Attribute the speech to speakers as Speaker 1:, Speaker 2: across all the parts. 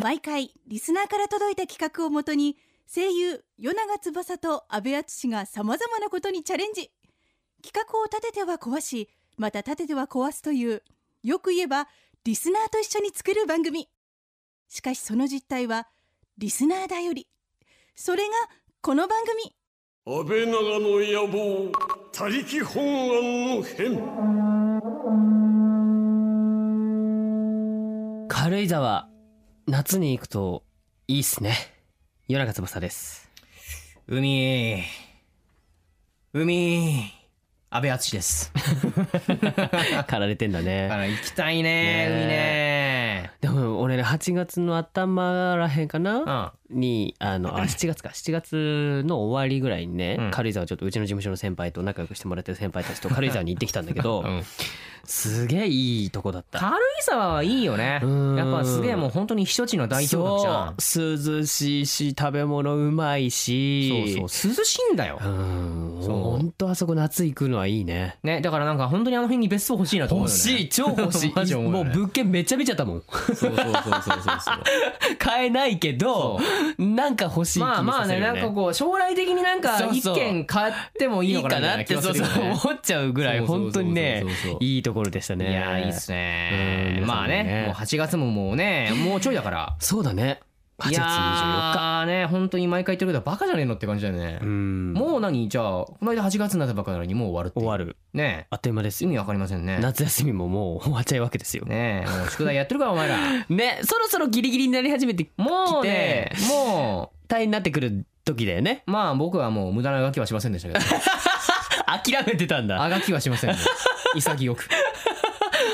Speaker 1: 毎回リスナーから届いた企画をもとに声優与永翼と阿部淳がさまざまなことにチャレンジ企画を立てては壊しまた立てては壊すというよく言えばリスナーと一緒に作る番組しかしその実態はリスナーだよりそれがこの番組
Speaker 2: 安倍長の野望他力本願の変
Speaker 3: 軽井沢夏に行くといいっすね夜中翼です
Speaker 4: 海海安倍敦です。
Speaker 3: かられてんだ
Speaker 4: だか
Speaker 3: ね
Speaker 4: ら行きたいね
Speaker 3: ねえ
Speaker 4: 海ね
Speaker 3: でも俺ね8月の頭らへんか
Speaker 4: う。
Speaker 3: なんにあのあ7月か7月の終わりぐらいにね、
Speaker 4: うん
Speaker 3: 軽井沢ちょっとうちの事務所の先輩と仲良くしてもらってる先輩たちと軽井沢に行ってきたんだけど、
Speaker 4: うん
Speaker 3: すげえいいとこだった
Speaker 4: 軽井沢はいいよね。
Speaker 3: うん
Speaker 4: やっぱすげえもう本当に避暑地の代表格じゃん。
Speaker 3: そう涼しいし食べ物うまいし
Speaker 4: そうそう涼しいんだよ
Speaker 3: う。ん
Speaker 4: そう
Speaker 3: ほんとあそこ夏行くのはいいね
Speaker 4: ねだからなんか本当にあの辺に別荘欲しいなと思う
Speaker 3: 欲
Speaker 4: よね。
Speaker 3: しい超欲 し
Speaker 4: マジ
Speaker 3: い
Speaker 4: 思う
Speaker 3: も
Speaker 4: よ
Speaker 3: う
Speaker 4: ね
Speaker 3: 物件めちゃめちゃだったも ん
Speaker 4: そうそうそうそうそうそう。
Speaker 3: 買えないけどなんか欲しい気に
Speaker 4: まあま
Speaker 3: さ
Speaker 4: あ
Speaker 3: せ
Speaker 4: ね
Speaker 3: るよ
Speaker 4: なん
Speaker 3: ね
Speaker 4: かこう将来的になんか
Speaker 3: そう
Speaker 4: 一
Speaker 3: そう
Speaker 4: 軒買ってもいい
Speaker 3: い
Speaker 4: の
Speaker 3: い
Speaker 4: か
Speaker 3: か
Speaker 4: な
Speaker 3: なっ
Speaker 4: みた
Speaker 3: て
Speaker 4: いな気
Speaker 3: そう
Speaker 4: がするよね
Speaker 3: そう思っちゃうぐらい
Speaker 4: そうそうそう
Speaker 3: 本当にね
Speaker 4: そうそうそう
Speaker 3: いいところでしたね
Speaker 4: いやいいっすね
Speaker 3: うん皆さんもね
Speaker 4: まあねもう8月ももうねもうちょいだから
Speaker 3: そうだね8
Speaker 4: い
Speaker 3: 月
Speaker 4: や
Speaker 3: 24日
Speaker 4: ーね本当に毎回言ってるけどバカじゃねえのって感じだよね、
Speaker 3: うん
Speaker 4: もう何じゃあこの間8月になったばっかなのにもう終わるっていう
Speaker 3: 終わる
Speaker 4: ね
Speaker 3: あっという間です
Speaker 4: え意
Speaker 3: よ
Speaker 4: 味わかりませんね
Speaker 3: 夏休みももう終わっちゃうわけですよ
Speaker 4: ねえもう宿題やってるからお前ら
Speaker 3: ねそろそろギリギリになり始めて
Speaker 4: もうねも
Speaker 3: 大変になってくる時だよね
Speaker 4: うまあ僕はもう無駄なあがきはしませんでしたけど
Speaker 3: 諦めてたんだ
Speaker 4: あがきはしませんね潔く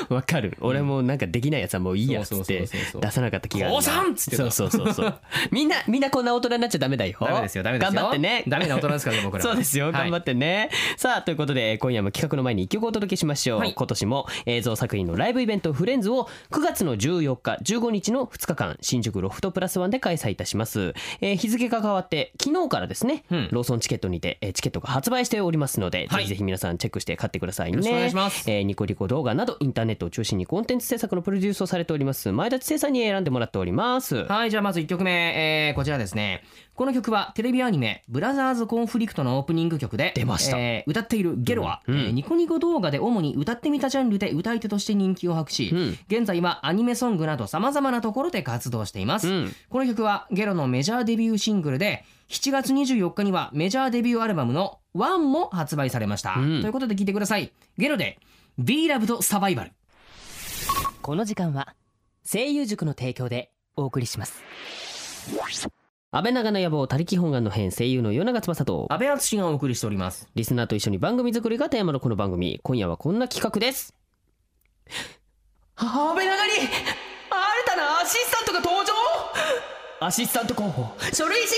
Speaker 3: わかる俺もなんかできないやつはもういいやっつ
Speaker 4: そう
Speaker 3: っ
Speaker 4: そう
Speaker 3: て
Speaker 4: そうそう
Speaker 3: 出さなかった気がある
Speaker 4: 降参っつって
Speaker 3: そ
Speaker 4: た
Speaker 3: うそうそう そうみんなみんなこんな大人になっちゃダメだよ
Speaker 4: ダメですよダメですよ
Speaker 3: 頑張ってね
Speaker 4: ダメな大人ですからね僕らは
Speaker 3: そうですよ
Speaker 4: は
Speaker 3: 頑
Speaker 4: い
Speaker 3: 張ってね、さあということでえー今夜も企画の前に一曲お届けしましょう、
Speaker 4: はい
Speaker 3: 今年も映像作品のライブイベント「フレンズ」を9月の14日15日の2日間新宿ロフトプラスワンで開催いたします、えー日付が変わって昨日からですね、
Speaker 4: うん
Speaker 3: ローソンチケットにて、えーチケットが発売しておりますので、
Speaker 4: は
Speaker 3: ぜ
Speaker 4: い
Speaker 3: ひぜひ皆さんチェックして買ってくださいね
Speaker 4: よろしくお願いします
Speaker 3: えーニコニコ動画などインターネットを中心にコンテンツ制作のプロデュースをされております前田知世さんに選んでもらっております
Speaker 4: はい、じゃあまず1曲目、えーこちらですね。この曲はテレビアニメ、ブラザーズ・コンフリクトのオープニング曲で、
Speaker 3: 出ました
Speaker 4: えー歌っているゲロは、
Speaker 3: うん
Speaker 4: えーニコニコ動画で主に歌ってみたジャンルで歌い手として人気を博し、
Speaker 3: うん
Speaker 4: 現在はアニメソングなど様々なところで活動しています。
Speaker 3: うん
Speaker 4: この曲はゲロのメジャーデビューシングルで、7月24日にはメジャーデビューアルバムのワンも発売されました。
Speaker 3: うん
Speaker 4: ということで聞いてください。ゲロで、ビーラブとサバイバル。
Speaker 5: この時間は声優塾の提供でお送りします
Speaker 3: 安倍長の野望他力本願の編声優の与永翼と
Speaker 4: 安倍淳がお送りしております。
Speaker 3: リスナーと一緒に番組作りがテーマのこの番組今夜はこんな企画です安倍長に新たなアシスタントが登場アシスタント候補
Speaker 4: 書類審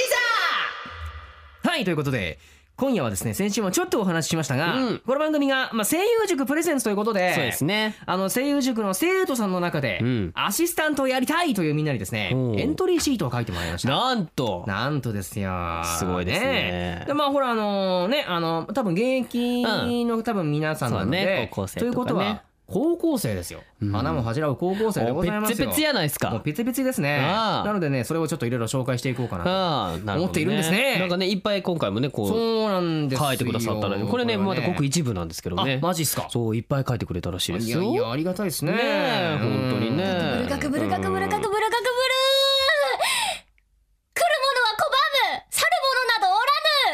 Speaker 4: 査はいということで今夜はですね先週もちょっとお話ししましたが、
Speaker 3: うん
Speaker 4: この番組が、まあ、声優塾プレゼンツということで
Speaker 3: そうですね
Speaker 4: あの声優塾の生徒さんの中で、
Speaker 3: うん
Speaker 4: アシスタントをやりたいというみんなにですね
Speaker 3: おう
Speaker 4: エントリーシートを書いてもらいました。
Speaker 3: なんと
Speaker 4: なんとですよ
Speaker 3: すごいですね
Speaker 4: でまあほらあのねあの多分現役の、多分皆さんなので、
Speaker 3: そうだね高校生
Speaker 4: ということ
Speaker 3: とかね
Speaker 4: は高校生ですよ、
Speaker 3: うん
Speaker 4: 花も恥じらう高校生で
Speaker 3: も
Speaker 4: ご
Speaker 3: う
Speaker 4: ざ
Speaker 3: ペ
Speaker 4: いま
Speaker 3: ッ
Speaker 4: す
Speaker 3: ツ
Speaker 4: よ
Speaker 3: ペツじゃないです
Speaker 4: もう
Speaker 3: か
Speaker 4: ピツピツですね
Speaker 3: ああ
Speaker 4: なのでねそれをちょっといろいろ紹介していこうかなと
Speaker 3: ああなほど
Speaker 4: 思っているんですね
Speaker 3: なんかねいっぱい今回もねこ
Speaker 4: そうなん
Speaker 3: う
Speaker 4: ですよ
Speaker 3: 書いてくださったのでこれねまだごく一部なんですけど
Speaker 4: あ
Speaker 3: ね
Speaker 4: マジっすか
Speaker 3: そういっぱい書いてくれたらしいですよ
Speaker 4: いやいやありがたいですね
Speaker 3: ねえ本当にね
Speaker 6: ブルカクブルカクブルカクブルカクブルー来るものは拒む去る者などおら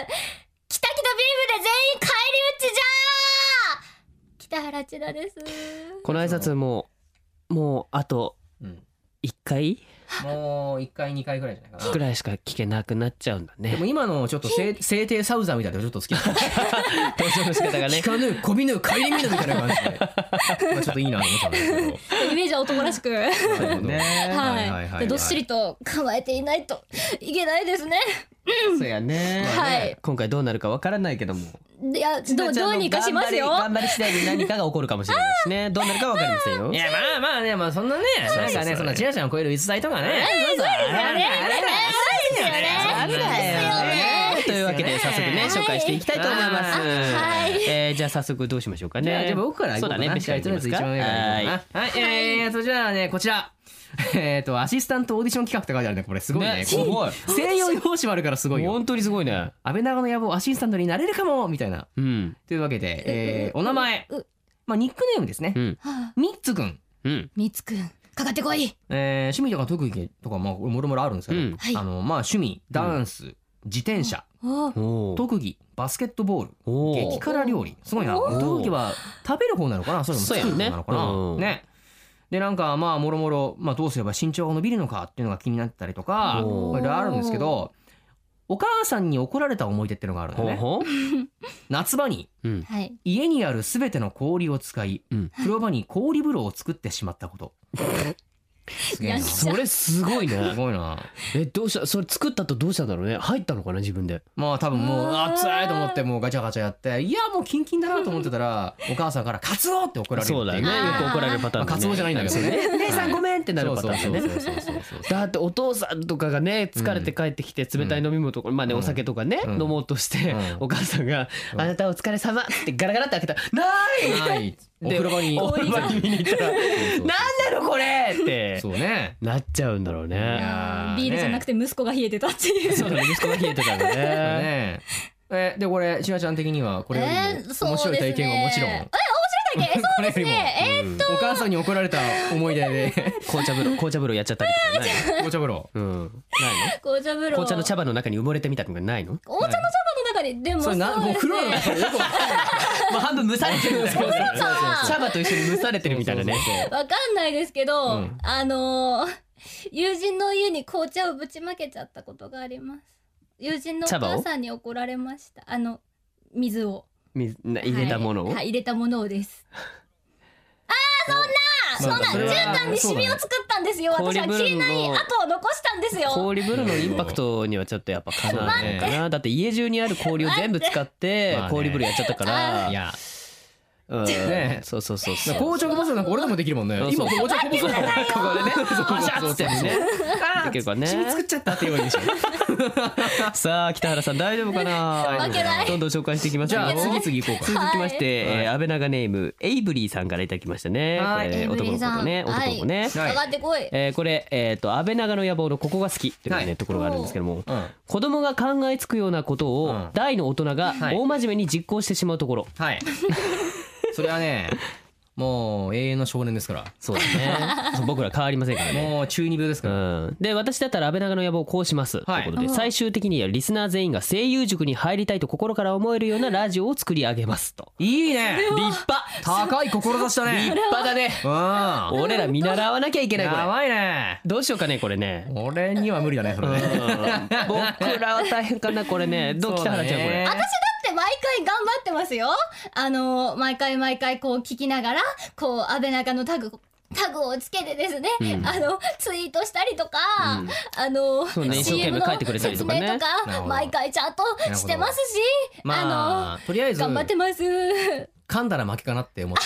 Speaker 6: ぬ 北北ビームで全員返り討ちじゃー北原千奈です
Speaker 3: この挨拶ももうあと
Speaker 4: うん
Speaker 3: 1回
Speaker 4: うんもう一回二回ぐらいじゃ ないか
Speaker 3: ぐ
Speaker 4: な
Speaker 3: らいしか聞けなくなっちゃうんだね
Speaker 4: でも今のちょっ とせい聖帝サウザーみたいなのちょっと好きだね
Speaker 3: 登場の仕方がね
Speaker 4: 聞かぬこびぬ帰り見ぬみたいな感じ でまあちょっといいなと思ったんですけど
Speaker 6: イメージは男らしくは
Speaker 4: なるほどはいはいはい
Speaker 6: でどっしりと構えていないといけないですね
Speaker 3: そうやね
Speaker 6: はい
Speaker 3: 今回どうなるかわからないけども
Speaker 6: いやどうどうにかしますよ
Speaker 3: 頑張り次第で何かが起こるかもしれないしねどうなるかわかりませんよ
Speaker 4: いやまあまあねまあそんなねなんかねそんなチラチラを超える逸材とかねそうそう
Speaker 6: ですよね
Speaker 4: そうですよ
Speaker 6: そうですよね
Speaker 3: というわけで早速ね紹介していきたいと思います
Speaker 6: あはい
Speaker 3: えーじゃあ早速どうしましょうか
Speaker 4: じゃあ、
Speaker 3: ね
Speaker 4: じゃあ僕から行
Speaker 3: そ
Speaker 4: こ
Speaker 3: うだ
Speaker 4: うか
Speaker 3: ね
Speaker 4: な。
Speaker 3: ベ
Speaker 4: じゃあ、とりあえず一
Speaker 3: か
Speaker 4: 番上から行こうかな。はい、えー、それじゃあね、こちら。えっとアシスタントオーディション企画って書いてあるねこれすごいね
Speaker 3: す
Speaker 4: こ
Speaker 3: ごいう
Speaker 4: 専用用紙もあるからすごいよ
Speaker 3: 本当にすごいね
Speaker 4: 安倍長の野望アシスタントになれるかもみたいな
Speaker 3: うん
Speaker 4: というわけで、えーお名前
Speaker 6: う、
Speaker 4: まあ、ニックネームですね
Speaker 3: うん
Speaker 6: はあ
Speaker 4: みっつくん、
Speaker 3: うん
Speaker 6: みつくんかかってこい
Speaker 4: えー趣味とか特技とかまあもろもろあるんですけど、
Speaker 3: うん
Speaker 6: はい
Speaker 4: あのまあ趣味ダンス、自転車
Speaker 6: お
Speaker 3: おー
Speaker 4: 特技バスケットボール
Speaker 3: おー
Speaker 4: 激辛料理すごいな
Speaker 3: お
Speaker 4: 特技は食べる方なのかなそれとも
Speaker 3: そうや
Speaker 4: 作る
Speaker 3: ね
Speaker 4: 方なのか
Speaker 3: うん
Speaker 4: なねでなんかまあもろもろまあどうすれば身長が伸びるのかっていうのが気になってたりとか
Speaker 3: おー
Speaker 4: まあいろいろあるんですけどお母さんに怒られた思い出ってのがあるんだよ
Speaker 3: ほう
Speaker 4: ね
Speaker 3: ほう
Speaker 4: 夏場に
Speaker 3: うん
Speaker 6: はい
Speaker 4: 家にあるすべての氷を使い、
Speaker 3: うん
Speaker 4: 風呂場に氷風呂を作ってしまったこと。すげえな。
Speaker 6: やん
Speaker 4: す
Speaker 3: それすごい ね
Speaker 4: ごいな。
Speaker 3: えどうしたそれ作ったとどうしたんだろうね入ったのかな自分で
Speaker 4: まあ多分もう
Speaker 6: うわー
Speaker 4: 熱いと思ってもうガチャガチャやっていやもうキンキンだなと思ってたらお母さんから「カツオ!」って怒られるってい
Speaker 3: そうだよ
Speaker 6: あ
Speaker 3: ね
Speaker 6: ー
Speaker 3: よく怒られるパター
Speaker 4: まあ
Speaker 3: ンだ
Speaker 4: カ
Speaker 3: ね
Speaker 4: ツオじゃないんだけど
Speaker 3: そうね
Speaker 4: ね
Speaker 3: 姉さんごめんってなるパターンだね
Speaker 4: そうそうそうそうそう
Speaker 3: だってお父さんとかがね疲れて帰ってきて冷たい飲み物とか、まあね
Speaker 4: うん
Speaker 3: お酒とかね、
Speaker 4: うん
Speaker 3: 飲もうとして、
Speaker 4: うん
Speaker 3: お母さんが、
Speaker 4: うん
Speaker 3: あなたお疲れ様」ってガラガラって開けたら「ない!」
Speaker 4: はいお
Speaker 3: で
Speaker 4: 風呂場に
Speaker 3: お風呂場に見に行ったら「
Speaker 4: そうそう
Speaker 3: なんなのこれ!」って
Speaker 4: そうね
Speaker 3: なっちゃうんだろう
Speaker 4: い
Speaker 3: ね。
Speaker 4: や
Speaker 6: ビールじゃなくて息子が冷えてたっていう
Speaker 3: そうだね息子が冷えてたのね。
Speaker 4: ねえでこれしなちゃん的にはこれよりも
Speaker 6: えーそう
Speaker 4: 面白い体験はもちろん
Speaker 6: です
Speaker 4: 面白い
Speaker 6: ね
Speaker 4: 体験そうです
Speaker 6: ねえ
Speaker 4: お母さんに怒られた思い出で
Speaker 3: 紅茶風呂紅茶風呂やっちゃったりとかない。
Speaker 4: お茶風呂
Speaker 3: うん。ないの？
Speaker 6: 紅茶風呂
Speaker 3: 紅茶の茶葉の中に埋もれてみたとかないの？
Speaker 6: 紅茶の茶葉の中にでも
Speaker 4: そ
Speaker 6: そう
Speaker 4: れ
Speaker 6: です
Speaker 4: なもう風呂なの
Speaker 6: ね
Speaker 4: かよ くわかんない
Speaker 3: まあ半分蒸されてるんですけど。茶
Speaker 6: さ
Speaker 3: 葉と一緒に蒸されてるみたいなね。
Speaker 4: そうそうそう
Speaker 6: わかんないですけど、
Speaker 4: うん
Speaker 6: あのー 友人の家に紅茶をぶちまけちゃったことがあります友人のお
Speaker 3: 茶葉を
Speaker 6: 母さんに怒られましたあの水を
Speaker 3: 水な入れたもの
Speaker 6: は
Speaker 3: を
Speaker 6: い、は。い入れたものをですあーそん
Speaker 4: まあ
Speaker 6: な、そ
Speaker 4: そうれ
Speaker 6: な
Speaker 4: は
Speaker 6: 絨毯にシミを作ったんですよ、
Speaker 3: そう
Speaker 6: 私
Speaker 3: だ
Speaker 6: は
Speaker 3: ね
Speaker 6: 消えない跡を残したんですよ
Speaker 3: 氷風呂のインパクトにはちょっとやっぱかなわないかなだって家中にある氷を全部使って
Speaker 4: まあね
Speaker 3: 氷風呂やっちゃったか
Speaker 4: い
Speaker 3: ら
Speaker 4: や
Speaker 3: うん
Speaker 4: ね
Speaker 3: そうそうそうそう
Speaker 4: 紅茶こぼすなんか俺でもできるもんね
Speaker 3: そうそ
Speaker 4: 今
Speaker 3: う
Speaker 4: これ紅茶こぼそうここでね
Speaker 3: パシャッつってね
Speaker 4: あ
Speaker 3: できるからね
Speaker 4: 染み作っちゃったって言えばいいでしょ
Speaker 3: さあ北原さん大丈夫か
Speaker 6: わけな
Speaker 3: ないどんどん紹介していきます
Speaker 4: じ
Speaker 3: よ
Speaker 4: ゃあ次々行こうか
Speaker 3: 続きまして、
Speaker 4: はい
Speaker 3: えー安倍長ネームエイブリーさんからいただきましたねこ
Speaker 4: はい
Speaker 3: れ男の子とね
Speaker 6: は
Speaker 3: 男
Speaker 6: い
Speaker 3: の子ね、
Speaker 4: はい
Speaker 6: 上がってこい、
Speaker 3: えーこれ、えー、と安倍長の野望のここが好きというね、
Speaker 4: はい
Speaker 3: ところがあるんですけども
Speaker 4: うん
Speaker 3: 子供が考えつくようなことを、
Speaker 4: うん
Speaker 3: 大の大人が
Speaker 4: はい
Speaker 3: 大真面目に実行してしまうところ、
Speaker 4: はいそれはねもう永遠の少年ですから
Speaker 3: そうだね そう僕ら変わりませんからね
Speaker 4: もう中二病です
Speaker 3: う
Speaker 4: から
Speaker 3: ん、で私だったら安倍長の野望をこうします、
Speaker 4: はい
Speaker 3: ということ
Speaker 6: う
Speaker 3: で
Speaker 6: ん
Speaker 3: 最終的にはリスナー全員が声優塾に入りたいと心から思えるようなラジオを作り上げますと
Speaker 4: いいね
Speaker 3: 立派
Speaker 4: 高い志した
Speaker 3: 立
Speaker 4: ね
Speaker 3: 派だね
Speaker 4: うんや
Speaker 3: 俺ら見習わなきゃいけないこれ
Speaker 4: ばいね
Speaker 3: どうしようかねこれ ね
Speaker 4: 俺には無理だねそれ
Speaker 3: うん
Speaker 4: ね
Speaker 3: 僕らは大変かなこれねどう
Speaker 4: そう
Speaker 3: 北
Speaker 4: だ
Speaker 3: 原
Speaker 4: ね
Speaker 3: ちゃんこれ
Speaker 6: って毎回頑張ってますよ。あの毎回毎回こう聞きながらこう安倍長のタグタグをつけてですね、
Speaker 3: うん
Speaker 6: あのツイートしたりとか、
Speaker 3: うん
Speaker 6: あの
Speaker 3: そうね
Speaker 6: CM
Speaker 3: 一生懸命
Speaker 6: の
Speaker 3: 書いてくれたりと
Speaker 6: 説
Speaker 3: か
Speaker 6: 明
Speaker 3: ね
Speaker 6: と
Speaker 4: なるほ
Speaker 6: か
Speaker 4: ど
Speaker 6: 毎回ちゃんとしてますし、
Speaker 4: ま
Speaker 6: あ
Speaker 4: あとりあえ
Speaker 6: の
Speaker 4: ず
Speaker 6: 頑張ってます。
Speaker 4: 噛んだら負けかなって思って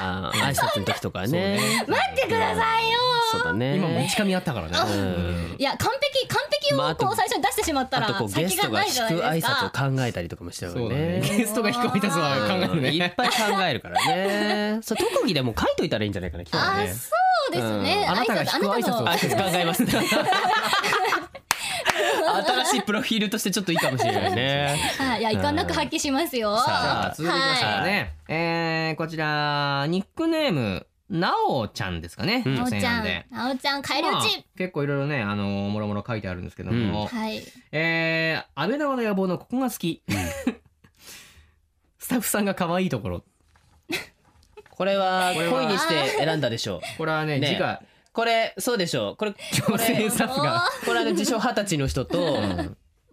Speaker 3: あー挨拶の時とかね
Speaker 4: 待
Speaker 6: ってくださいよ。
Speaker 3: そうだね
Speaker 4: 今もう一みあったからね
Speaker 3: うん
Speaker 6: いや完璧完璧
Speaker 3: まああ
Speaker 6: を
Speaker 3: と
Speaker 6: こう最初に出してしまった
Speaker 3: あ
Speaker 6: ら
Speaker 3: とこうゲス
Speaker 6: 先
Speaker 3: トが
Speaker 6: がないじゃ
Speaker 3: 引
Speaker 6: ない
Speaker 3: く挨
Speaker 6: ですか。
Speaker 3: 拶を考えたりとかもしちゃう
Speaker 4: そ
Speaker 3: よ
Speaker 4: うだ
Speaker 3: ね
Speaker 4: ねゲストが引っ込み立つわ考える
Speaker 3: うんい
Speaker 4: ね
Speaker 3: っぱい考えるからね。そう特技でも書いといたらいいんじゃないかな。北
Speaker 6: あ
Speaker 3: 原
Speaker 6: ー
Speaker 3: ね
Speaker 6: そうですね。
Speaker 4: うんあなたが引く
Speaker 6: あなたの
Speaker 4: 挨
Speaker 3: あ考えます。新しいプロフィールとしてちょっといいかもしれないね。
Speaker 6: はいいや遺憾なく発揮しますよ。
Speaker 4: じゃあ続いていきましょうね、えー、こちらニックネームなおちゃんですかね、
Speaker 3: うん
Speaker 6: な
Speaker 4: 女
Speaker 6: お
Speaker 4: 性
Speaker 6: ち
Speaker 4: な
Speaker 6: ゃ
Speaker 4: ん
Speaker 6: ん
Speaker 4: で、
Speaker 6: なおちゃん帰り
Speaker 4: まあ
Speaker 6: 討ち。
Speaker 4: 結構いろいろねあのーもろもろ書いてあるんですけども、
Speaker 6: はい。
Speaker 4: えー、安倍長の野望のここが好き スタッフさんが可愛いところ
Speaker 3: これは
Speaker 4: れは
Speaker 3: 恋にして選んだでしょう。
Speaker 4: これはね
Speaker 3: ね
Speaker 4: 次回
Speaker 3: これそうでしょう。これ
Speaker 4: 女性スタッフが
Speaker 3: これあの自称二十歳の人とも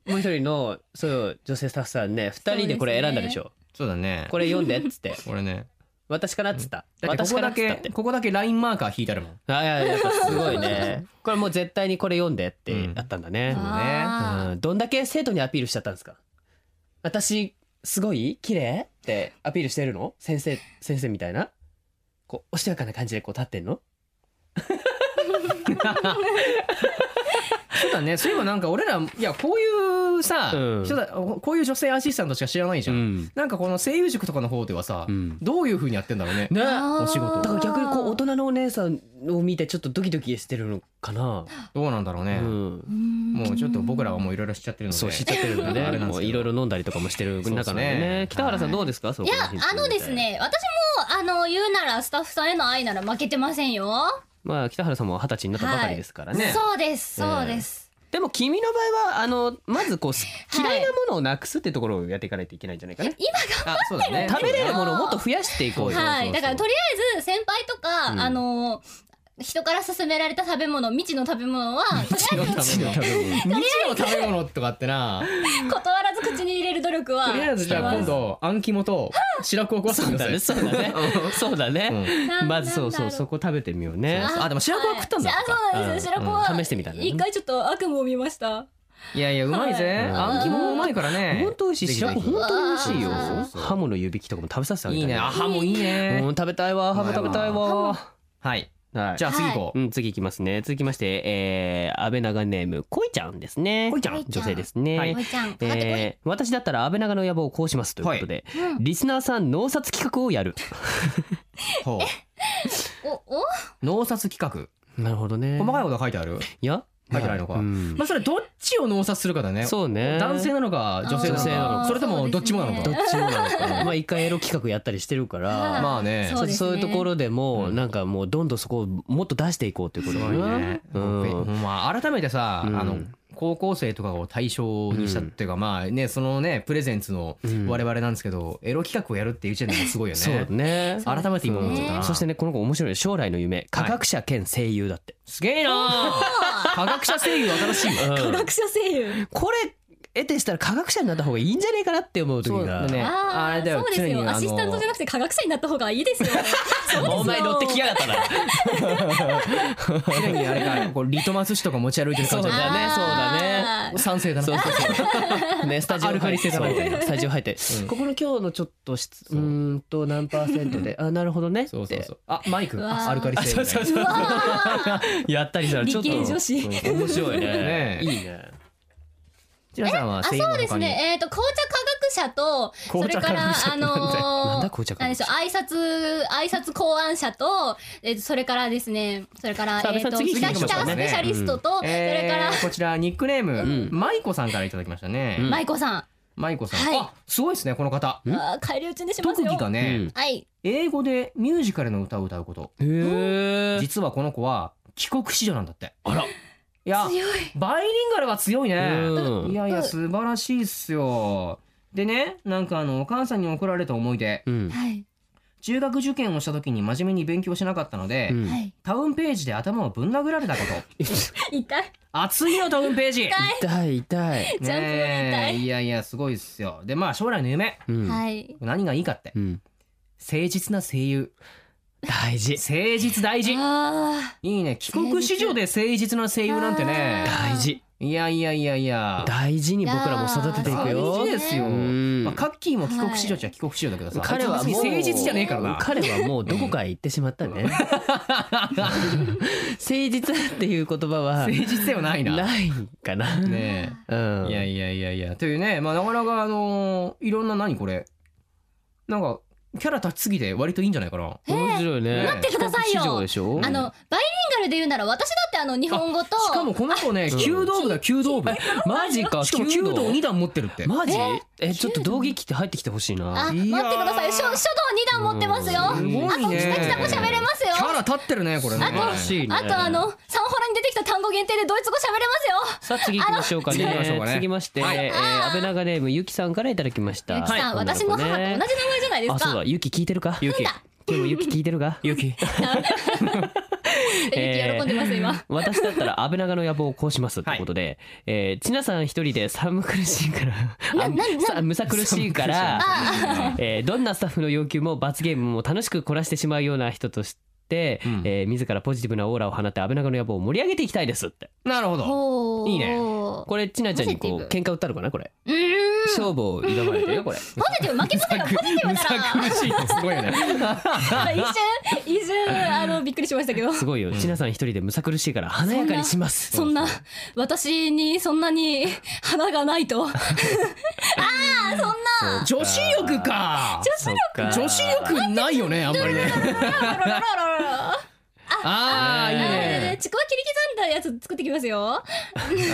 Speaker 3: う一人のそう女性スタッフさんね二人でこれ選んだでしょう。
Speaker 4: そうだねこ
Speaker 3: これ読んでっつって
Speaker 4: れね
Speaker 3: 私からっつった。
Speaker 4: だってこ
Speaker 3: 私
Speaker 4: こ
Speaker 3: から
Speaker 4: だ
Speaker 3: っつったっ
Speaker 4: け
Speaker 3: て。
Speaker 4: ここだけラインマーカー引いてあるもん
Speaker 3: あいややっぱすごい ね。これもう絶対にこれ読んでってやったんだね。
Speaker 4: う
Speaker 6: あー
Speaker 3: うんどんだけ生徒にアピールしちゃったんですか私すごい綺麗ってアピールしてるの先生先生みたいなこうおしとやかな感じでこう立ってんの
Speaker 4: そうだねそういえばなんか俺らいやこういううさ、
Speaker 5: うん
Speaker 4: 人だこういう女性アシスタントしか知らないじゃん、
Speaker 5: ん
Speaker 4: なんかこの声優塾とかの方ではさ、
Speaker 5: ん
Speaker 4: どういう風にやってんだろうね
Speaker 5: ね
Speaker 4: お仕事
Speaker 5: だから逆にこう大人のお姉さんを見てちょっとドキドキしてるのかな、
Speaker 4: どうなんだろうね、
Speaker 5: うん、
Speaker 4: もうちょっと僕らはもういろいろしちゃってるので
Speaker 5: そう知っちゃってるんで
Speaker 4: あ
Speaker 5: ね
Speaker 4: れなんで
Speaker 5: も
Speaker 4: す
Speaker 5: う
Speaker 4: けど
Speaker 5: いろいろ飲んだりとかもしてる中なんで
Speaker 4: そうです
Speaker 5: ね
Speaker 4: ね
Speaker 5: 北原さんどうですか、そ
Speaker 6: い
Speaker 5: こ
Speaker 6: や
Speaker 5: ら辺みた
Speaker 6: あのですね私もあの言うならスタッフさんへの愛なら負けてませんよ、
Speaker 3: まあ北原さんも二十歳になったばかりですからね、
Speaker 4: ね
Speaker 6: そうですそうです、
Speaker 3: でも君の場合はあのまずこうす
Speaker 6: は
Speaker 3: 嫌
Speaker 6: い
Speaker 3: いなものをなくすってところをやっていかないといけないんじゃないかね、
Speaker 4: あそうだね
Speaker 3: 食べ れるものをもっと増やしていこうよ
Speaker 6: はいだからとりあえず先輩とか、あの人から勧められた食べ物未知の食べ物はとりあえず
Speaker 4: 未知の食べ物未知の食べ物とかってな
Speaker 6: 断らず口に入れる 努力は
Speaker 4: とりあえずじゃあ今度あん肝と白子を食わせて
Speaker 3: そう
Speaker 4: くだ
Speaker 3: だ
Speaker 4: さ
Speaker 3: ね
Speaker 4: い
Speaker 3: そうだねそうだね、
Speaker 6: うん
Speaker 3: まずそう
Speaker 6: なんだ
Speaker 3: そ
Speaker 6: ろ
Speaker 3: う
Speaker 6: う
Speaker 3: そこ食べてみようね
Speaker 6: あ
Speaker 3: あでも白子は食ったんだ
Speaker 6: はいあそうなんですよ白子は、
Speaker 3: 試してみたんだね
Speaker 6: 一回ちょっと悪夢を見ました
Speaker 4: いやいやうまいぜ
Speaker 3: うん
Speaker 4: あん肝もうまいからね
Speaker 3: 本当美味しい
Speaker 4: ぜひぜ
Speaker 3: 白
Speaker 4: ひ
Speaker 3: 子本当に美味しいよ
Speaker 6: うわ
Speaker 4: ー
Speaker 3: ハムの湯引きとかも食べさせてあげ
Speaker 4: い
Speaker 3: た
Speaker 4: いねあハもいいね
Speaker 3: うん食べたいわハム食べたいうわ
Speaker 4: はい
Speaker 3: はい
Speaker 4: じゃあ次行こ
Speaker 3: うん、次いきますね続きまして、えー、安倍長ネームこいちゃんですね
Speaker 4: こいちゃん
Speaker 3: 女性ですね、
Speaker 4: は
Speaker 6: おいちゃんかかってこい、
Speaker 3: えー、私だったら安倍長の野望をこうしますということで、
Speaker 6: はいうん
Speaker 3: リスナーさん脳殺企画をやる
Speaker 4: うほう
Speaker 6: おお
Speaker 4: 脳殺企
Speaker 3: なるほどね
Speaker 4: 画細かいこと書いてある
Speaker 3: いや
Speaker 4: 書いてないのか
Speaker 3: うん
Speaker 4: まあそれどっちを脳殺するかだね
Speaker 3: そうね
Speaker 4: 男性なのか女性
Speaker 3: 女性な
Speaker 4: な
Speaker 3: の
Speaker 4: の
Speaker 3: か
Speaker 4: かそれともどっちもなの
Speaker 6: そう
Speaker 3: どっ
Speaker 4: か
Speaker 3: ちもなのかな まあ一回エロ企画やったりしてる から
Speaker 6: はい
Speaker 4: まあね
Speaker 6: そうですね
Speaker 3: そういうところでも、
Speaker 4: うん
Speaker 3: なんかもうどんどんそこをもっと出していこうっていうこと
Speaker 4: す
Speaker 3: だ
Speaker 4: ごいね。
Speaker 3: う
Speaker 4: ほ
Speaker 3: ん、
Speaker 4: んまあ改めてさ、
Speaker 3: うん
Speaker 4: あの高校生とかを対象にしたっていうか、まあねそのねプレゼンツの
Speaker 3: ん
Speaker 4: 我々なんですけど、エロ企画をやるっていう時点でもすごいよ
Speaker 3: そう
Speaker 4: ね。
Speaker 3: ね
Speaker 4: 改めて今思っちゃったな。
Speaker 3: そしてねこの子面白い将来の夢科学者兼声優だって、
Speaker 4: すげえなー。科学者声優新しいわ。
Speaker 6: 科学者声優
Speaker 3: これ得てしたら科学者になった方がいいんじゃねえかなって思う時
Speaker 4: そう
Speaker 3: が
Speaker 4: だね。
Speaker 6: あ
Speaker 4: あ
Speaker 6: あ
Speaker 4: れだよ
Speaker 6: そうです
Speaker 4: 常にあ
Speaker 6: よ
Speaker 4: の
Speaker 6: アシスタントじゃなくて科学者になった方がいいですよそうですよ
Speaker 3: お前乗ってきやがったな
Speaker 4: 常にあれかこうリトマス紙とか持ち歩いてる感
Speaker 3: そ
Speaker 4: じ
Speaker 3: うだねそうだね
Speaker 6: あー
Speaker 4: 賛成だな。
Speaker 3: そうそうそうねスタジオ
Speaker 4: アルカリ性がない
Speaker 3: そうスタジオ入って、
Speaker 4: うん
Speaker 3: ここの今日のちょっと質う
Speaker 4: う
Speaker 3: ーんと何パーセントであなるほどねって
Speaker 4: そうそうそうあマイク
Speaker 6: うわー
Speaker 4: あアルカリ性
Speaker 3: そうそう
Speaker 4: ね
Speaker 3: そう
Speaker 6: う わ
Speaker 3: やったりしたらちょ
Speaker 6: 理
Speaker 3: っと
Speaker 6: 系女子
Speaker 3: うん面白いね
Speaker 4: ね
Speaker 3: いいね
Speaker 4: ちなさんは
Speaker 6: あ
Speaker 4: 声優
Speaker 6: そう
Speaker 4: の
Speaker 6: です
Speaker 4: 他に
Speaker 6: ねえっと紅茶科学者とそ
Speaker 4: 紅
Speaker 6: れ
Speaker 4: 茶
Speaker 6: か
Speaker 4: 科
Speaker 6: ら
Speaker 4: 学者
Speaker 3: な
Speaker 6: あ
Speaker 3: ん
Speaker 6: の
Speaker 3: だ
Speaker 6: ー
Speaker 3: 紅茶科
Speaker 6: なん
Speaker 3: 学
Speaker 6: でし
Speaker 3: 者
Speaker 6: ょう挨拶挨拶考案者とえっとそれからですねそれから
Speaker 3: さあ
Speaker 6: えっと
Speaker 3: 安倍さん次行
Speaker 6: キ
Speaker 3: きまし
Speaker 6: タキ
Speaker 3: ょう
Speaker 6: タスペシャリストとそれから
Speaker 4: えーこちらニックネーム、マイコさんからいただきましたね。
Speaker 3: うん
Speaker 6: 舞子さん
Speaker 4: マイコさん、
Speaker 6: はい
Speaker 4: あすごいですねこの方
Speaker 6: あー返り討ちにします
Speaker 4: 特
Speaker 6: よ
Speaker 4: 技がね、
Speaker 6: はい
Speaker 4: 英語でミュージカルの歌を歌うこと
Speaker 3: へえ
Speaker 4: 実はこの子は帰国子女なんだって
Speaker 3: あら
Speaker 4: いや
Speaker 6: 強い
Speaker 4: バイリンガルは強いね
Speaker 3: うん
Speaker 4: いやいや素晴らしいっすよでねなんかあのお母さんに怒られた思い出
Speaker 3: うん
Speaker 6: はい
Speaker 4: 中学受験をした時に真面目に勉強しなかったので、
Speaker 3: うん
Speaker 6: はい
Speaker 4: タウンページで頭をぶん殴られたこと
Speaker 6: 痛い
Speaker 4: 熱いよタウンページ
Speaker 3: 痛い痛い
Speaker 6: ジャンプが痛
Speaker 4: ねえ
Speaker 6: い
Speaker 4: いやいやすごいっすよでまあ将来の夢
Speaker 3: うん
Speaker 6: はい
Speaker 4: 何がいいかって
Speaker 3: うん
Speaker 4: 誠実な声優
Speaker 3: 大事
Speaker 4: 誠実大事
Speaker 6: あ
Speaker 4: いいね帰国子女で誠実な声優なんてね
Speaker 6: あー
Speaker 3: 大事
Speaker 4: いやいやいやいや
Speaker 3: 大事に僕らも育てていく
Speaker 4: 大
Speaker 3: よ
Speaker 4: 事ですよ、
Speaker 3: うん
Speaker 4: まあ、カッキーも帰国子女じゃ帰国子女だけどさ、
Speaker 3: 彼はもう
Speaker 4: 別に誠実じゃねえからな
Speaker 3: 彼はもうどこかへ行ってしまったね誠実っていう言葉は
Speaker 4: 誠実ではないな
Speaker 3: ないかな
Speaker 4: ね
Speaker 3: うん
Speaker 4: えいやいやいやいやというねまあなかなかあのーいろんな何これなんかキャラ立ちすぎて割といいんじゃないかな
Speaker 3: 面白いね
Speaker 4: 待って
Speaker 6: くださいよ
Speaker 3: 帰国子女でしょ
Speaker 6: ーあのバイリンガルで言うなら私だってあの日本語と
Speaker 4: しかもこの子ね弓道部だ弓道部
Speaker 3: マジか
Speaker 4: しかも弓道2段持ってるって
Speaker 3: マジえちょっと道着着て入ってきてほしいな
Speaker 6: あ、待っ
Speaker 4: い
Speaker 6: てく
Speaker 4: やー
Speaker 6: ださい。書書道二段持ってますよ。あ
Speaker 4: す
Speaker 6: と
Speaker 4: ごいね
Speaker 6: 北北も喋れますよ。
Speaker 4: キャラ立ってるねこれね
Speaker 6: あと
Speaker 3: 素晴らしいね
Speaker 6: あとあのサンホラに出てきた単語限定でドイツ語喋れますよ。
Speaker 3: さあ次行きましょうか
Speaker 4: あの次行きましょうか
Speaker 3: ね
Speaker 4: ね
Speaker 3: 次まして
Speaker 4: はい
Speaker 3: えー安倍長ネームゆきさんからいただきました
Speaker 6: ゆきさん、
Speaker 3: はい
Speaker 6: 私の母と同じ名前じゃないです
Speaker 3: あそう
Speaker 6: か
Speaker 3: だ。ゆき聞いてるかゆき今日もゆき聞いてる か
Speaker 4: ゆき
Speaker 6: ゆき
Speaker 3: えー
Speaker 6: 喜んでます今。
Speaker 3: 私だったら安倍長の野望をこうしますってことで、えー、ちなさん一人で寒苦しいから
Speaker 6: な
Speaker 3: あ
Speaker 6: なな
Speaker 3: さむさ苦しいから
Speaker 6: あ、
Speaker 3: えー、どんなスタッフの要求も罰ゲームも楽しくこなしてしまうような人としって、
Speaker 4: うん
Speaker 3: えー自らポジティブなオーラを放って安倍長の野望を盛り上げていきたいですって
Speaker 4: なるほど
Speaker 6: ほう
Speaker 3: いいね
Speaker 6: う
Speaker 3: これちなちゃんにこう
Speaker 6: ポジテ
Speaker 3: 喧嘩売ったのかなこれ
Speaker 6: ーん
Speaker 3: 勝負を挑まれてるよこれ
Speaker 6: ポジティブ負けずがポジティブ
Speaker 4: む
Speaker 6: な
Speaker 4: さ
Speaker 6: ら
Speaker 4: 苦しいってすごいよね
Speaker 6: 一瞬一瞬あのびっくりしましたけ ど
Speaker 3: すごいよ、ちなさん一人でむさ苦しいから華やかにします
Speaker 6: そんな私にそんなに花がないと ああそんな
Speaker 4: 女子力か
Speaker 3: そっか
Speaker 4: 女子力ないよねあんまりね
Speaker 6: ロロロロロロ
Speaker 4: ああいい
Speaker 6: あー
Speaker 4: ね
Speaker 6: ちくわ切り刻んだやつ作ってきます
Speaker 4: あ
Speaker 6: よ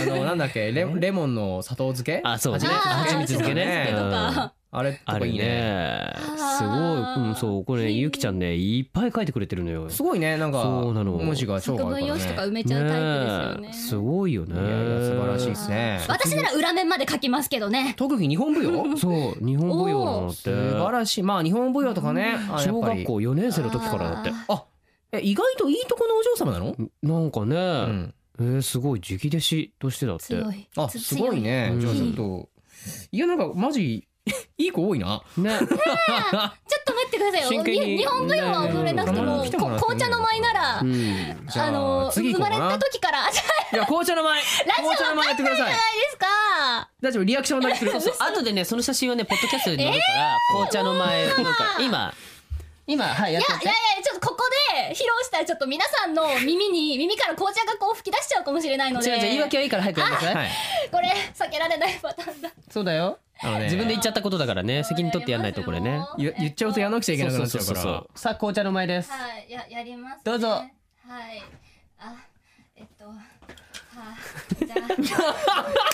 Speaker 4: のなんだっけレレモンの砂糖漬け
Speaker 3: あそうね
Speaker 4: 蜂蜜
Speaker 6: あー
Speaker 4: 蜂蜜漬け
Speaker 6: 蜂蜜
Speaker 4: ね
Speaker 6: 漬けとか
Speaker 4: あれと
Speaker 3: あ
Speaker 4: か
Speaker 3: る
Speaker 4: いいね
Speaker 3: ねすご
Speaker 6: あー
Speaker 3: い、うん、そうこれねゆうきちゃんねいっぱい書いてくれてるのよ
Speaker 4: すごいねなんか
Speaker 3: そうなの
Speaker 4: 文字が超
Speaker 6: 作
Speaker 4: 可
Speaker 6: 文
Speaker 4: 愛いか
Speaker 6: 用
Speaker 4: ら
Speaker 6: 紙とか
Speaker 4: ね
Speaker 6: 埋めちゃうタイプ
Speaker 3: ね
Speaker 6: で
Speaker 3: え
Speaker 6: す
Speaker 3: す
Speaker 6: よね
Speaker 3: ごいよね
Speaker 4: いやいや素晴らしいですね
Speaker 6: 私なら裏面まで書きますけどね
Speaker 4: 特技日本舞踊
Speaker 3: そう日本舞踊なのって
Speaker 4: 素晴らしいまあ日本舞踊とかねあや
Speaker 3: 小
Speaker 4: っぱり
Speaker 3: 学校4年生の時からだって
Speaker 4: あえ意外といいとこのお嬢様なの
Speaker 3: なんかね、
Speaker 4: うん
Speaker 3: えーすごい直弟子としてだって
Speaker 6: 強い
Speaker 4: あ
Speaker 6: つ
Speaker 4: すごいね
Speaker 3: 強い
Speaker 4: じゃあちょっといやなんかマジ いい子多いな
Speaker 3: ね
Speaker 6: ちょっと待ってください
Speaker 3: 真
Speaker 6: よ
Speaker 3: 剣に
Speaker 6: に日本舞踊は踊れなくても
Speaker 4: ねえ
Speaker 6: こ紅茶の舞なら
Speaker 3: うん
Speaker 4: じゃあ
Speaker 6: あの
Speaker 4: 次
Speaker 6: 生
Speaker 4: 行こう
Speaker 6: ま
Speaker 4: かな
Speaker 6: れた時からじゃない
Speaker 4: いや紅茶の前紅茶の前やってください
Speaker 6: ですか
Speaker 4: 大丈夫リアクションだけする
Speaker 3: そう後でねその写真をねポッドキャストで載るから、紅茶の前なんか今今はいやっ
Speaker 6: い
Speaker 3: て
Speaker 6: やいやいやちょっとここで披露したらちょっと皆さんの耳に耳から紅茶がこう吹き出しちゃうかもしれないので
Speaker 3: 違う違う言い訳はいいから早くやんなさい、
Speaker 4: はい
Speaker 6: これ避けられないパターンだ
Speaker 3: そうだよ
Speaker 4: あのね
Speaker 3: 自分で言っちゃったことだからね責任取ってやんないとこれね
Speaker 4: 言言っちゃうとやらなくちゃいけなくなっちゃうから
Speaker 3: さあ紅茶の前です
Speaker 6: はい、や、やります、ね。
Speaker 3: どうぞ
Speaker 6: はい。あ、えっと。はじゃ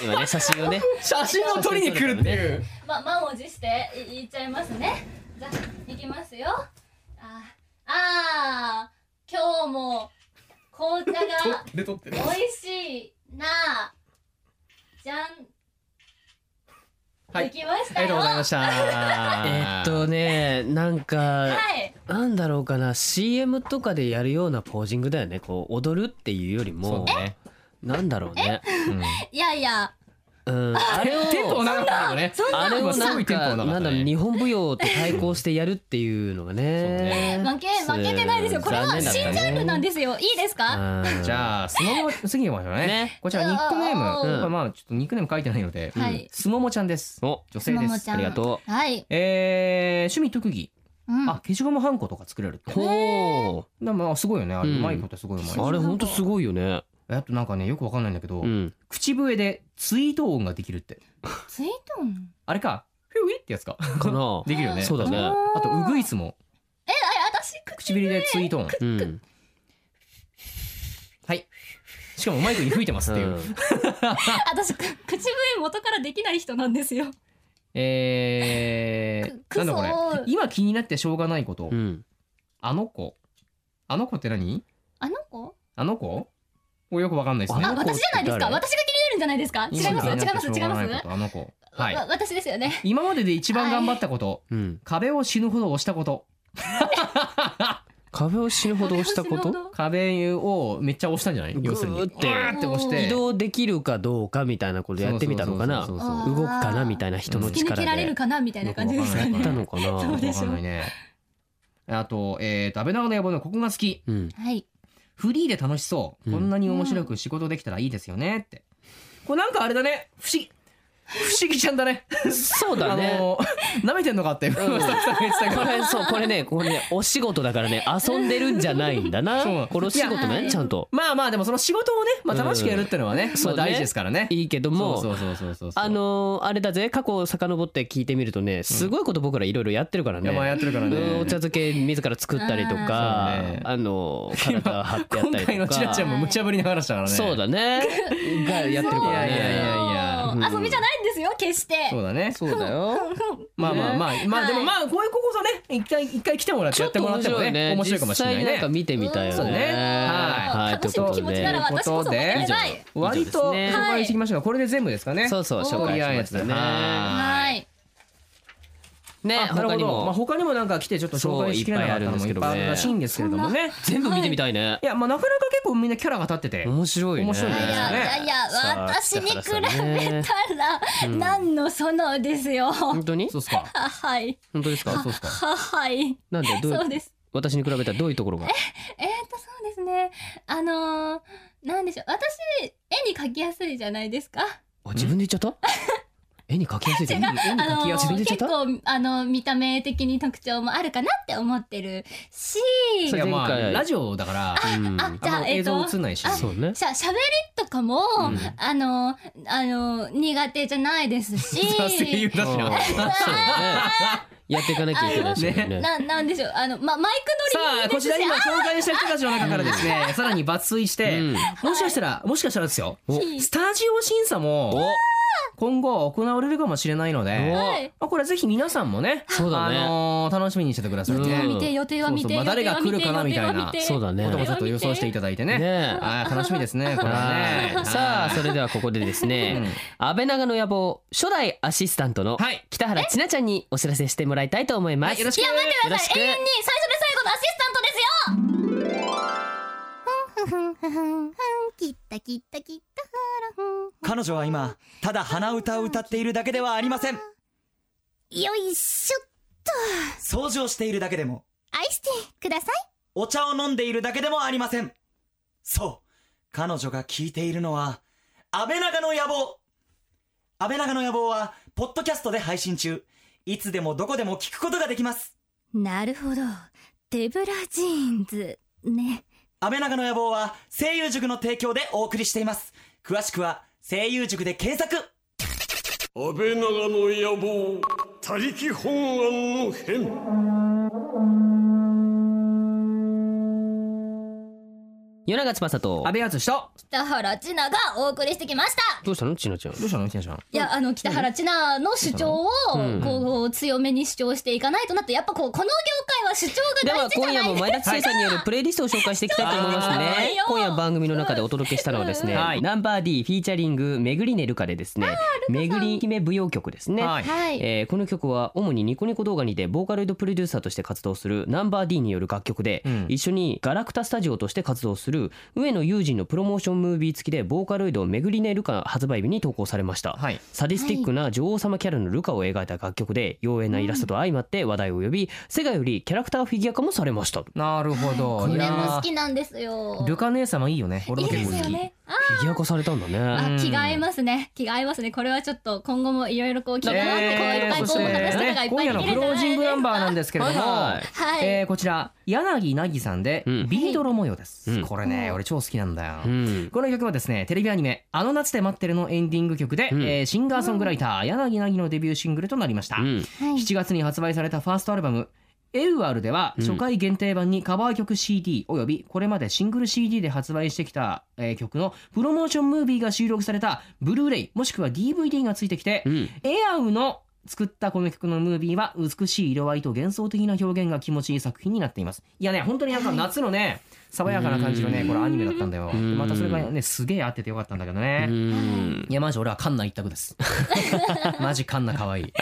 Speaker 3: 今ね写真をね
Speaker 4: 写真を撮りに来るっていう
Speaker 6: あ、ま、満を持して、い、言っちゃいますね。じゃあ、いきますよ。あ、あー、今日も。紅茶が
Speaker 4: で撮ってる
Speaker 6: 美味しいな。じゃん。
Speaker 4: はい
Speaker 6: できまし
Speaker 4: あ
Speaker 6: た
Speaker 4: りがとう
Speaker 6: よ。
Speaker 4: ござい
Speaker 6: は
Speaker 4: ました
Speaker 3: えーっとねなんか
Speaker 6: い。
Speaker 3: なんだろうかな CM とかでやるようなポージングだよねこう踊るっていうより
Speaker 4: そう
Speaker 3: も
Speaker 4: ね
Speaker 3: なんだろうね
Speaker 4: うん
Speaker 6: いやいや。
Speaker 3: うんあれを
Speaker 4: テンポ長かったよね
Speaker 3: あれを
Speaker 4: す
Speaker 3: な
Speaker 4: ご
Speaker 3: ん
Speaker 4: いテンポ
Speaker 3: か
Speaker 4: 長か
Speaker 3: な
Speaker 4: った
Speaker 3: んだろう
Speaker 4: ね
Speaker 3: 日本舞踊と対抗してやるっていうのがね
Speaker 6: 負け、負けてないですよ。これは新ジャンルなん
Speaker 3: で
Speaker 6: ですよ。いいですか。
Speaker 4: じゃあスモモ次行きましょうね
Speaker 3: ね
Speaker 4: こちらニックネー
Speaker 6: うん
Speaker 4: ムこれまあちょっとニックネーム書いてないので
Speaker 6: はい
Speaker 4: スモモちゃんです
Speaker 3: お
Speaker 4: 女性です
Speaker 6: スモモちゃん
Speaker 3: ありがと
Speaker 6: はい。
Speaker 4: えー趣味特技
Speaker 6: うん
Speaker 4: あ消しゴムはんことか作れるって
Speaker 3: うほ
Speaker 4: でもあすごいよねあれ
Speaker 3: う
Speaker 4: うんまいことすごいう
Speaker 3: あ
Speaker 4: まい
Speaker 3: れほんとすごいよね
Speaker 4: あとなんかねよくわかんないんだけど
Speaker 3: うん
Speaker 4: 口笛でツイート音ができるって
Speaker 6: ツイートン。
Speaker 4: あれかフィウィってやつか
Speaker 3: かな
Speaker 4: できるよね
Speaker 3: そうだね
Speaker 4: あとウグイスも
Speaker 6: え、あれ、私、口
Speaker 4: 唇でツイート音
Speaker 3: うん
Speaker 4: はいしかもマイクに吹いてますっていううん
Speaker 6: 私、く口笛元からできない人なんですよ。
Speaker 4: えー、
Speaker 6: く
Speaker 4: なんだこれ
Speaker 6: くそー
Speaker 4: 今気になってしょうがないこと、
Speaker 3: うん
Speaker 4: あの子あの子って何
Speaker 6: あの子。
Speaker 4: あの子これよくわかんないですね
Speaker 6: あ、
Speaker 3: あの子
Speaker 6: 私じゃないですか。
Speaker 3: 誰
Speaker 6: 私が気になるんじゃないですか。違います。違います。違います。
Speaker 4: すあの子はい
Speaker 6: わ私ですよね。
Speaker 4: 今までで一番頑張ったこと、
Speaker 3: うん
Speaker 4: 壁を死ぬほど押したこと
Speaker 3: 壁を死ぬほど押したこ
Speaker 6: 私の
Speaker 3: と
Speaker 6: どう
Speaker 4: 壁をめっちゃ押したんじゃない要するに
Speaker 3: グーって
Speaker 4: ガーって押して
Speaker 3: 移動できるかどうかみたいなことやってみたのかな
Speaker 4: そう
Speaker 3: 動
Speaker 4: そうそう
Speaker 6: あ
Speaker 4: そう
Speaker 6: ー
Speaker 3: くかなみたいな人の
Speaker 6: 突き抜
Speaker 3: 力
Speaker 6: けられる
Speaker 3: で
Speaker 6: かなみたいな感じですか
Speaker 4: よく
Speaker 3: やっ
Speaker 4: わか
Speaker 3: た
Speaker 4: ん
Speaker 6: ね。
Speaker 3: のかな
Speaker 6: そうで
Speaker 4: わ
Speaker 6: し
Speaker 4: か
Speaker 6: ょ
Speaker 4: んないねあとえっ、と安倍長の野望のここが好き
Speaker 3: うん
Speaker 6: はい。
Speaker 4: フリーで楽しそう、
Speaker 3: うん
Speaker 4: こんなに面白く仕事できたらいいですよねってこれなんかあれだね不思議不思議ちゃんだね
Speaker 3: そうだね
Speaker 4: あの舐めてんのかってスタッフさんが言ってたけ
Speaker 3: こ
Speaker 4: ど
Speaker 3: れそうこれねこれねお仕事だからね遊んでるんじゃないんだ
Speaker 4: そう
Speaker 3: なこれお仕事
Speaker 6: い
Speaker 3: ね
Speaker 6: や
Speaker 3: ちゃんと
Speaker 4: まあまあでもその仕事をね、まあ、楽しくやるってのはね、ま
Speaker 3: そ
Speaker 4: あ、
Speaker 3: うね
Speaker 4: 大事ですからね
Speaker 3: いいけども
Speaker 4: そうそうそうそうそう
Speaker 3: あのーあれだぜ過去を遡って聞いてみるとねすごいこと僕らいろいろやってるからね、
Speaker 4: 山やってるからね、
Speaker 3: うんお茶漬け自ら作ったりと
Speaker 4: あ
Speaker 3: か
Speaker 4: ーそうね
Speaker 3: あのー体張ってやっ
Speaker 4: 今
Speaker 3: たりとか
Speaker 4: 回のチラちゃんも無茶ぶりな話だからね
Speaker 3: そうだねがやってるからね
Speaker 4: いやいやいや
Speaker 3: や
Speaker 6: 遊びじゃないんですよ。決して。
Speaker 4: そうだね
Speaker 3: そうだよ
Speaker 4: まあまあまあ、まあでもまあこういうここさね一回一回来てもらって
Speaker 3: ちょ
Speaker 4: やっ
Speaker 3: ってと
Speaker 4: もらっ
Speaker 3: 面
Speaker 4: ても
Speaker 3: 白い
Speaker 4: ね
Speaker 3: ね
Speaker 4: 面白いかもしれない
Speaker 3: 実際なんか
Speaker 4: ね。
Speaker 3: 見てみたいよ
Speaker 6: そう
Speaker 3: ね
Speaker 4: ねはい
Speaker 3: はい
Speaker 6: 楽し
Speaker 3: という
Speaker 6: む
Speaker 3: こと
Speaker 6: 気持ち
Speaker 3: で
Speaker 6: なら私こそ持って
Speaker 4: 以上
Speaker 6: ない。
Speaker 4: 割と
Speaker 3: 以上ですね
Speaker 4: 紹介してきましたがこれで全部ですかね。
Speaker 3: そうそう紹介しましたね
Speaker 4: は。
Speaker 6: はいい。
Speaker 3: ね
Speaker 4: あなる
Speaker 3: 他
Speaker 4: ほ
Speaker 3: に
Speaker 4: ど。まあ
Speaker 3: も
Speaker 4: 他にもなんか来てちょっと紹介しきれなかったのも
Speaker 3: そう
Speaker 4: い
Speaker 3: い
Speaker 4: っ
Speaker 3: っ
Speaker 4: ぱ
Speaker 3: ぱ
Speaker 4: い
Speaker 3: い
Speaker 4: あ
Speaker 3: あ
Speaker 4: る
Speaker 3: るんです
Speaker 4: らしい
Speaker 3: け
Speaker 4: んですけれどもね。
Speaker 3: 全部見てみたいね
Speaker 4: いやまあなかなか結構みんなキャラが立ってて。
Speaker 3: 面白いね
Speaker 4: 面白い
Speaker 6: いや
Speaker 4: ね
Speaker 6: いやいや
Speaker 3: さあ
Speaker 6: 私に比べた
Speaker 3: 北原さんね
Speaker 6: ら何のそのですよ。
Speaker 3: 本当に
Speaker 4: そうっすか。
Speaker 6: はい。
Speaker 3: 本当ですか
Speaker 4: そうっすか。
Speaker 6: ははい。
Speaker 3: なんでどう
Speaker 6: そうです。
Speaker 3: 私に比べたらどういうところが
Speaker 6: えー、っとそうですねあのー、なんでしょう私絵に描きやすいじゃないですか
Speaker 3: あ自分で言っちゃった絵に描きやすいじゃん絵に
Speaker 6: あ
Speaker 3: 描き
Speaker 6: の
Speaker 3: やすい自分で言っちゃ
Speaker 6: 結
Speaker 3: った
Speaker 6: 構あの見た目的に特徴もあるかなって思ってるし
Speaker 3: そ
Speaker 4: い
Speaker 3: れ
Speaker 4: や
Speaker 3: 前
Speaker 4: まあ
Speaker 3: 回
Speaker 4: ラジオだから
Speaker 3: うん
Speaker 6: あじゃ
Speaker 4: あ
Speaker 6: あ
Speaker 4: の
Speaker 6: え
Speaker 4: 映
Speaker 6: っと
Speaker 4: 像映んないし
Speaker 6: あ
Speaker 3: そうね
Speaker 6: しゃ喋りとかも、
Speaker 3: ん
Speaker 6: あのあの苦手じゃないです し
Speaker 4: 声優だしな
Speaker 3: あーそうねやっていかなきゃいけないしね
Speaker 6: ななんでしょうあの、ま、マイク
Speaker 4: さ
Speaker 6: 乗
Speaker 4: あ
Speaker 6: り
Speaker 4: こちら今紹介した人たちの中からですねさらに抜粋して、
Speaker 3: うん
Speaker 4: もしかしたらもしかしたらですよ
Speaker 3: お
Speaker 6: ひ
Speaker 4: スタジオ審査も今後行われるかもしれないので、
Speaker 3: お
Speaker 6: はい
Speaker 4: まあ、これはぜひ皆さんもね
Speaker 3: そうだね
Speaker 4: あのー楽しみにしててください、
Speaker 3: うん
Speaker 4: ね
Speaker 6: 見て予定は見て
Speaker 4: そうそうまあ誰が来るかなみたいな
Speaker 3: そうだね
Speaker 4: こともちょっと予想していただいてね
Speaker 3: ねえ
Speaker 4: はい楽しみですねこれはね
Speaker 3: はいさあそれではここでですね安倍長の野望初代アシスタントの
Speaker 4: はい
Speaker 3: 北原千奈ちゃんにお知らせしてもらいたいと思います
Speaker 4: よろしく
Speaker 3: よろしく
Speaker 6: 永遠に最初で最後のアシスタントですよ
Speaker 7: ふんふんふんふんきったきったきったふらふん
Speaker 8: 彼女は今ただ鼻歌を歌っているだけではありません
Speaker 7: よいしょ
Speaker 8: 掃除をしているだけでも
Speaker 7: アイスティーください
Speaker 8: お茶を飲んでいるだけでもありませんそう彼女が聞いているのは安倍長の野望安倍長の野望はポッドキャストで配信中いつでもどこでも聞くことができます
Speaker 7: なるほど手ぶらジーンズね
Speaker 8: 安倍長の野望は声優塾の提供でお送りしています詳しくは声優塾で検索
Speaker 2: 安倍長の野望他力本願の変
Speaker 3: 夜長翼と
Speaker 4: 安倍敦史と
Speaker 6: 北原千奈がお送りしてきました
Speaker 3: どうしたの千奈ちゃん
Speaker 4: どうしたのひなちゃん
Speaker 6: いやあの北原千奈の主張を
Speaker 3: うん
Speaker 6: こう強めに主張していかないとなってやっぱこうこの業界は主張
Speaker 3: で
Speaker 6: が大
Speaker 3: は
Speaker 6: 事じゃ
Speaker 3: 今
Speaker 6: ない
Speaker 3: 夜も前田千恵さんによるプレイリストを紹介していきたいと思います
Speaker 6: そうだ
Speaker 3: ね
Speaker 6: よ
Speaker 3: 今夜番組の中でお届けしたのはですね、
Speaker 4: はい
Speaker 3: ナンバー D フィーチャリングめぐりねるかでですねめぐり姫舞踊曲ですね、
Speaker 4: はい
Speaker 6: はい
Speaker 3: えーこの曲は主にニコニコ動画にてボーカロイドプロデューサーとして活動するナンバー D による楽曲で、
Speaker 4: うん
Speaker 3: 一緒にガラクタスタジオとして活動する上野友人のプロモーションムービー付きでボーカロイド「めぐりねるか」発売日に投稿されました、
Speaker 4: はい
Speaker 3: サディスティックな女王様キャラのルカを描いた楽曲で妖艶なイラストと相まって話題を呼び世界よりキャラクターフィギュア化もされましたフ
Speaker 4: なるほど、
Speaker 6: こ
Speaker 4: い
Speaker 6: れ
Speaker 4: や
Speaker 6: も
Speaker 4: ー
Speaker 6: 好きなんですよ
Speaker 4: ルカ姉様いいよね俺
Speaker 6: い
Speaker 4: も
Speaker 6: いで
Speaker 4: 結
Speaker 6: す
Speaker 4: 構好き
Speaker 6: よねあ
Speaker 3: ィギュア化されたんだね
Speaker 4: うん
Speaker 6: あ着替えますね着替えますねこれはちょっと今後もいろいろこう着替え
Speaker 4: え
Speaker 6: って
Speaker 4: ー
Speaker 6: こ
Speaker 4: そう
Speaker 6: いう
Speaker 4: し
Speaker 6: こういう話とか
Speaker 4: て
Speaker 6: が
Speaker 4: ね
Speaker 6: いっ
Speaker 4: 今
Speaker 6: ぱい
Speaker 4: 夜の
Speaker 6: でき
Speaker 4: ク
Speaker 6: るん
Speaker 4: ロー
Speaker 6: じゃない
Speaker 4: ジングナンバーなん
Speaker 6: で
Speaker 4: ですけれども、
Speaker 3: はい
Speaker 6: すかはい、
Speaker 4: えーこちら柳凪さんで、
Speaker 3: うん
Speaker 4: ビードロ模様です、
Speaker 3: うん
Speaker 4: これね俺超好きなんだよ、
Speaker 3: うん
Speaker 4: この曲はですねテレビアニメ「あの夏で待ってる」のエンディング曲で、
Speaker 3: うん
Speaker 4: えーシンガーソングライター柳凪のデビューシングルとなりました、
Speaker 3: うん
Speaker 4: 7月に発売されたファーストアルバム「エウアル」では
Speaker 3: うん
Speaker 4: 初回限定版にカバー曲 CD およびこれまでシングル CD で発売してきた、えー曲のプロモーションムービーが収録されたブルーレイもしくは DVD がついてきて、
Speaker 3: うん
Speaker 4: エアウの作ったこの曲のムービーは美しい色合いと幻想的な表現が気持ちいい作品になっていますいやね本当になんか夏のね爽やかな感じのねこれアニメだったんだよで
Speaker 3: うん
Speaker 4: またそれがねすげえ合っててよかったんだけど
Speaker 3: う
Speaker 4: ね
Speaker 3: ん
Speaker 4: いやマジ俺はカンナ一択です マジカンナ可愛い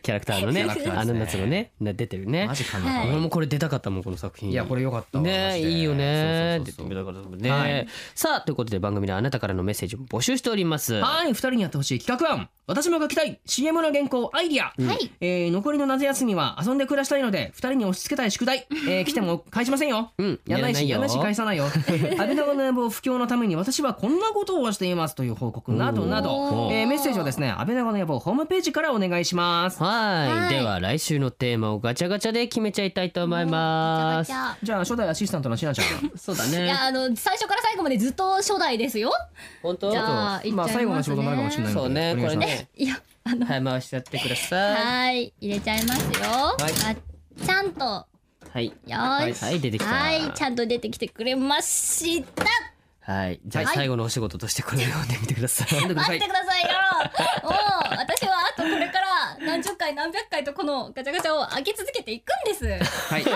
Speaker 3: キャラクターのね
Speaker 4: キャラクターで
Speaker 3: あ
Speaker 4: すね
Speaker 3: の夏のねな出てるね
Speaker 4: マジカンナ可愛い
Speaker 3: 俺もこれ出たかったもんこの作品
Speaker 4: いやこれ良かったわマ
Speaker 3: ね
Speaker 4: ジで
Speaker 3: いいよね
Speaker 4: そうそうそうそう
Speaker 3: だからね、
Speaker 4: はい
Speaker 3: さあということで番組ではあなたからのメッセージも募集しております
Speaker 4: はい二人にやってほしい企画案私も書きたい CM の原稿アイディア、
Speaker 6: はい
Speaker 4: えー残りの夏休みは遊んで暮らしたいので二人に押し付けたい宿題、えー来ても返しませんよ、
Speaker 3: うん
Speaker 4: やらないし
Speaker 3: や
Speaker 4: や
Speaker 3: ら
Speaker 4: ら
Speaker 3: なよ
Speaker 4: ないいし返 さないよ安倍長の野望不況のために私はこんなことをしていますという報告などなど
Speaker 6: お、ー
Speaker 4: えーメッセージをですね安倍長の野望ホームページからお願いします
Speaker 3: はい
Speaker 6: はい
Speaker 3: では来週のテーマをガチャガチャで決めちゃいたいと思いま
Speaker 6: ガ
Speaker 3: す
Speaker 6: チャガチャ
Speaker 4: じゃあ初代アシスタントのしなちゃん
Speaker 3: そうだ
Speaker 6: いやあの最初から最後までずっと初代ですよ。
Speaker 3: 本当
Speaker 6: じゃあ行っちゃい
Speaker 4: ま
Speaker 6: ま
Speaker 4: あ
Speaker 6: すね。
Speaker 4: 最後の仕事になるかもしれないの
Speaker 3: そうね
Speaker 4: でお
Speaker 3: これ
Speaker 4: 願いします
Speaker 3: ね
Speaker 6: いやあのは
Speaker 3: 早回しやってください
Speaker 6: ーい入れちゃいますよ。あちゃんとよ
Speaker 3: はい
Speaker 6: ーし
Speaker 3: はい出てきた
Speaker 6: はいちゃんと出てきてくれました。
Speaker 3: はいじゃあ
Speaker 6: はい
Speaker 3: 最後のお仕事としてこれを読んでみてください
Speaker 4: 読んでくださ
Speaker 6: 待っ
Speaker 4: い
Speaker 6: てくださいよ。もう私はあとこれから何十回何百回とこのガチャガチャを開け続けていくんです。はい出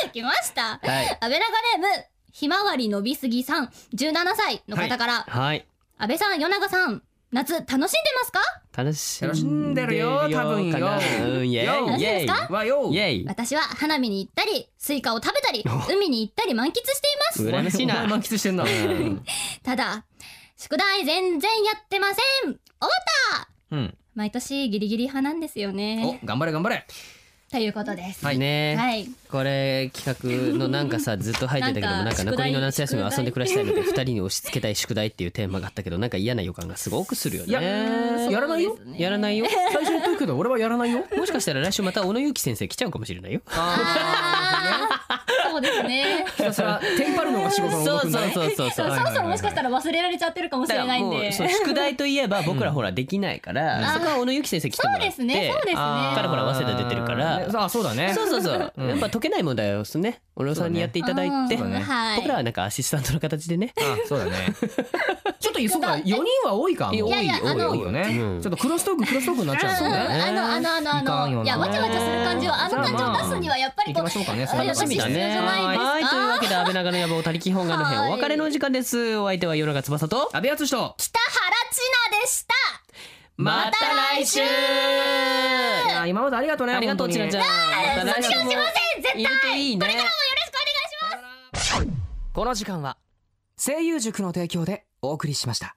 Speaker 6: てきました。
Speaker 3: はい
Speaker 6: 安倍長ネームひまわり伸びすぎさん17歳の方から、
Speaker 3: はい
Speaker 6: 安倍さん与永さん夏楽しんでますか？
Speaker 3: 楽し
Speaker 4: 楽しんでるよ多分よ
Speaker 3: かなうんイエ
Speaker 4: よ
Speaker 3: イイエイ
Speaker 4: わよ
Speaker 3: イエイ
Speaker 6: 私は花見に行ったりスイカを食べたり海に行ったり満喫しています
Speaker 3: 羨ましい
Speaker 4: お前
Speaker 3: な
Speaker 4: 満喫してんな
Speaker 3: うん
Speaker 6: ただ宿題全然やってません終わった
Speaker 4: うん
Speaker 6: 毎年ギリギリ派なんですよね
Speaker 4: お頑張れ頑張れ
Speaker 6: ということです。
Speaker 3: はい、ね、
Speaker 6: はい。
Speaker 3: これ企画のなんかさずっと入ってたけども
Speaker 6: なん
Speaker 3: な
Speaker 6: か
Speaker 3: んか
Speaker 6: 宿題
Speaker 3: 残りの夏休みを
Speaker 6: 宿題
Speaker 3: 遊んで暮らしたいので二人に押し付けたい宿題っていうテーマがあったけどなんか嫌な予感がすごくするよね
Speaker 4: いややらないよ
Speaker 3: やらないよ
Speaker 4: 最初に言っとくけど俺はやらないよ
Speaker 3: もしかしたら来週また小野由紀先生来ちゃうかもしれないよ
Speaker 6: あーそうですね。
Speaker 4: ひたすらテンパるのが仕事の動くんだね
Speaker 3: そうそうそう
Speaker 6: そ
Speaker 3: そうう
Speaker 6: そろそろもしかしたら忘れられちゃってるかもし
Speaker 3: だか
Speaker 6: れな
Speaker 3: ら
Speaker 6: いん
Speaker 3: も
Speaker 6: で。
Speaker 3: うそ
Speaker 6: そう
Speaker 3: う宿題といえば僕らほらできないから、そこは小野由紀先生来てもらって
Speaker 6: そうですねそうですね
Speaker 3: 彼ほら早稲田出てるから
Speaker 4: あそうだね
Speaker 3: そうそうそう、やっぱ解けない問題をね小野さんにやっていただいて、
Speaker 6: んはい。
Speaker 3: 僕らはなんかアシスタントの形でね
Speaker 4: あそうだねちょっとそうか4人は多いかもう
Speaker 3: いや
Speaker 6: いやあの
Speaker 4: 多いよね
Speaker 3: うん
Speaker 4: ちょっとクロストーククロストークになっちゃうもんね
Speaker 6: あのあのあのあ
Speaker 4: いかんよな
Speaker 6: の
Speaker 4: い
Speaker 6: やわちゃわちゃする感じはあの感じを出すにはやっぱり
Speaker 4: 行
Speaker 6: こ
Speaker 4: きまし
Speaker 6: う
Speaker 4: ょうかね
Speaker 6: あの
Speaker 4: それ
Speaker 3: 楽しみだね
Speaker 6: じゃないですか
Speaker 3: はいというわけで安倍長の野望他力本願の編
Speaker 6: は
Speaker 3: お
Speaker 6: い
Speaker 3: 別れのお時間ですお相手は夜中翼と
Speaker 4: 安倍敦と
Speaker 6: 北原千奈でした。
Speaker 3: また来週
Speaker 4: いや今までありがとうね
Speaker 3: ありがとう
Speaker 4: 本
Speaker 3: ち
Speaker 4: 当
Speaker 3: な
Speaker 4: に
Speaker 3: ちゃんまた来週も
Speaker 6: え絶対
Speaker 3: いるといいね
Speaker 5: この時間は声優塾の提供でお送りしました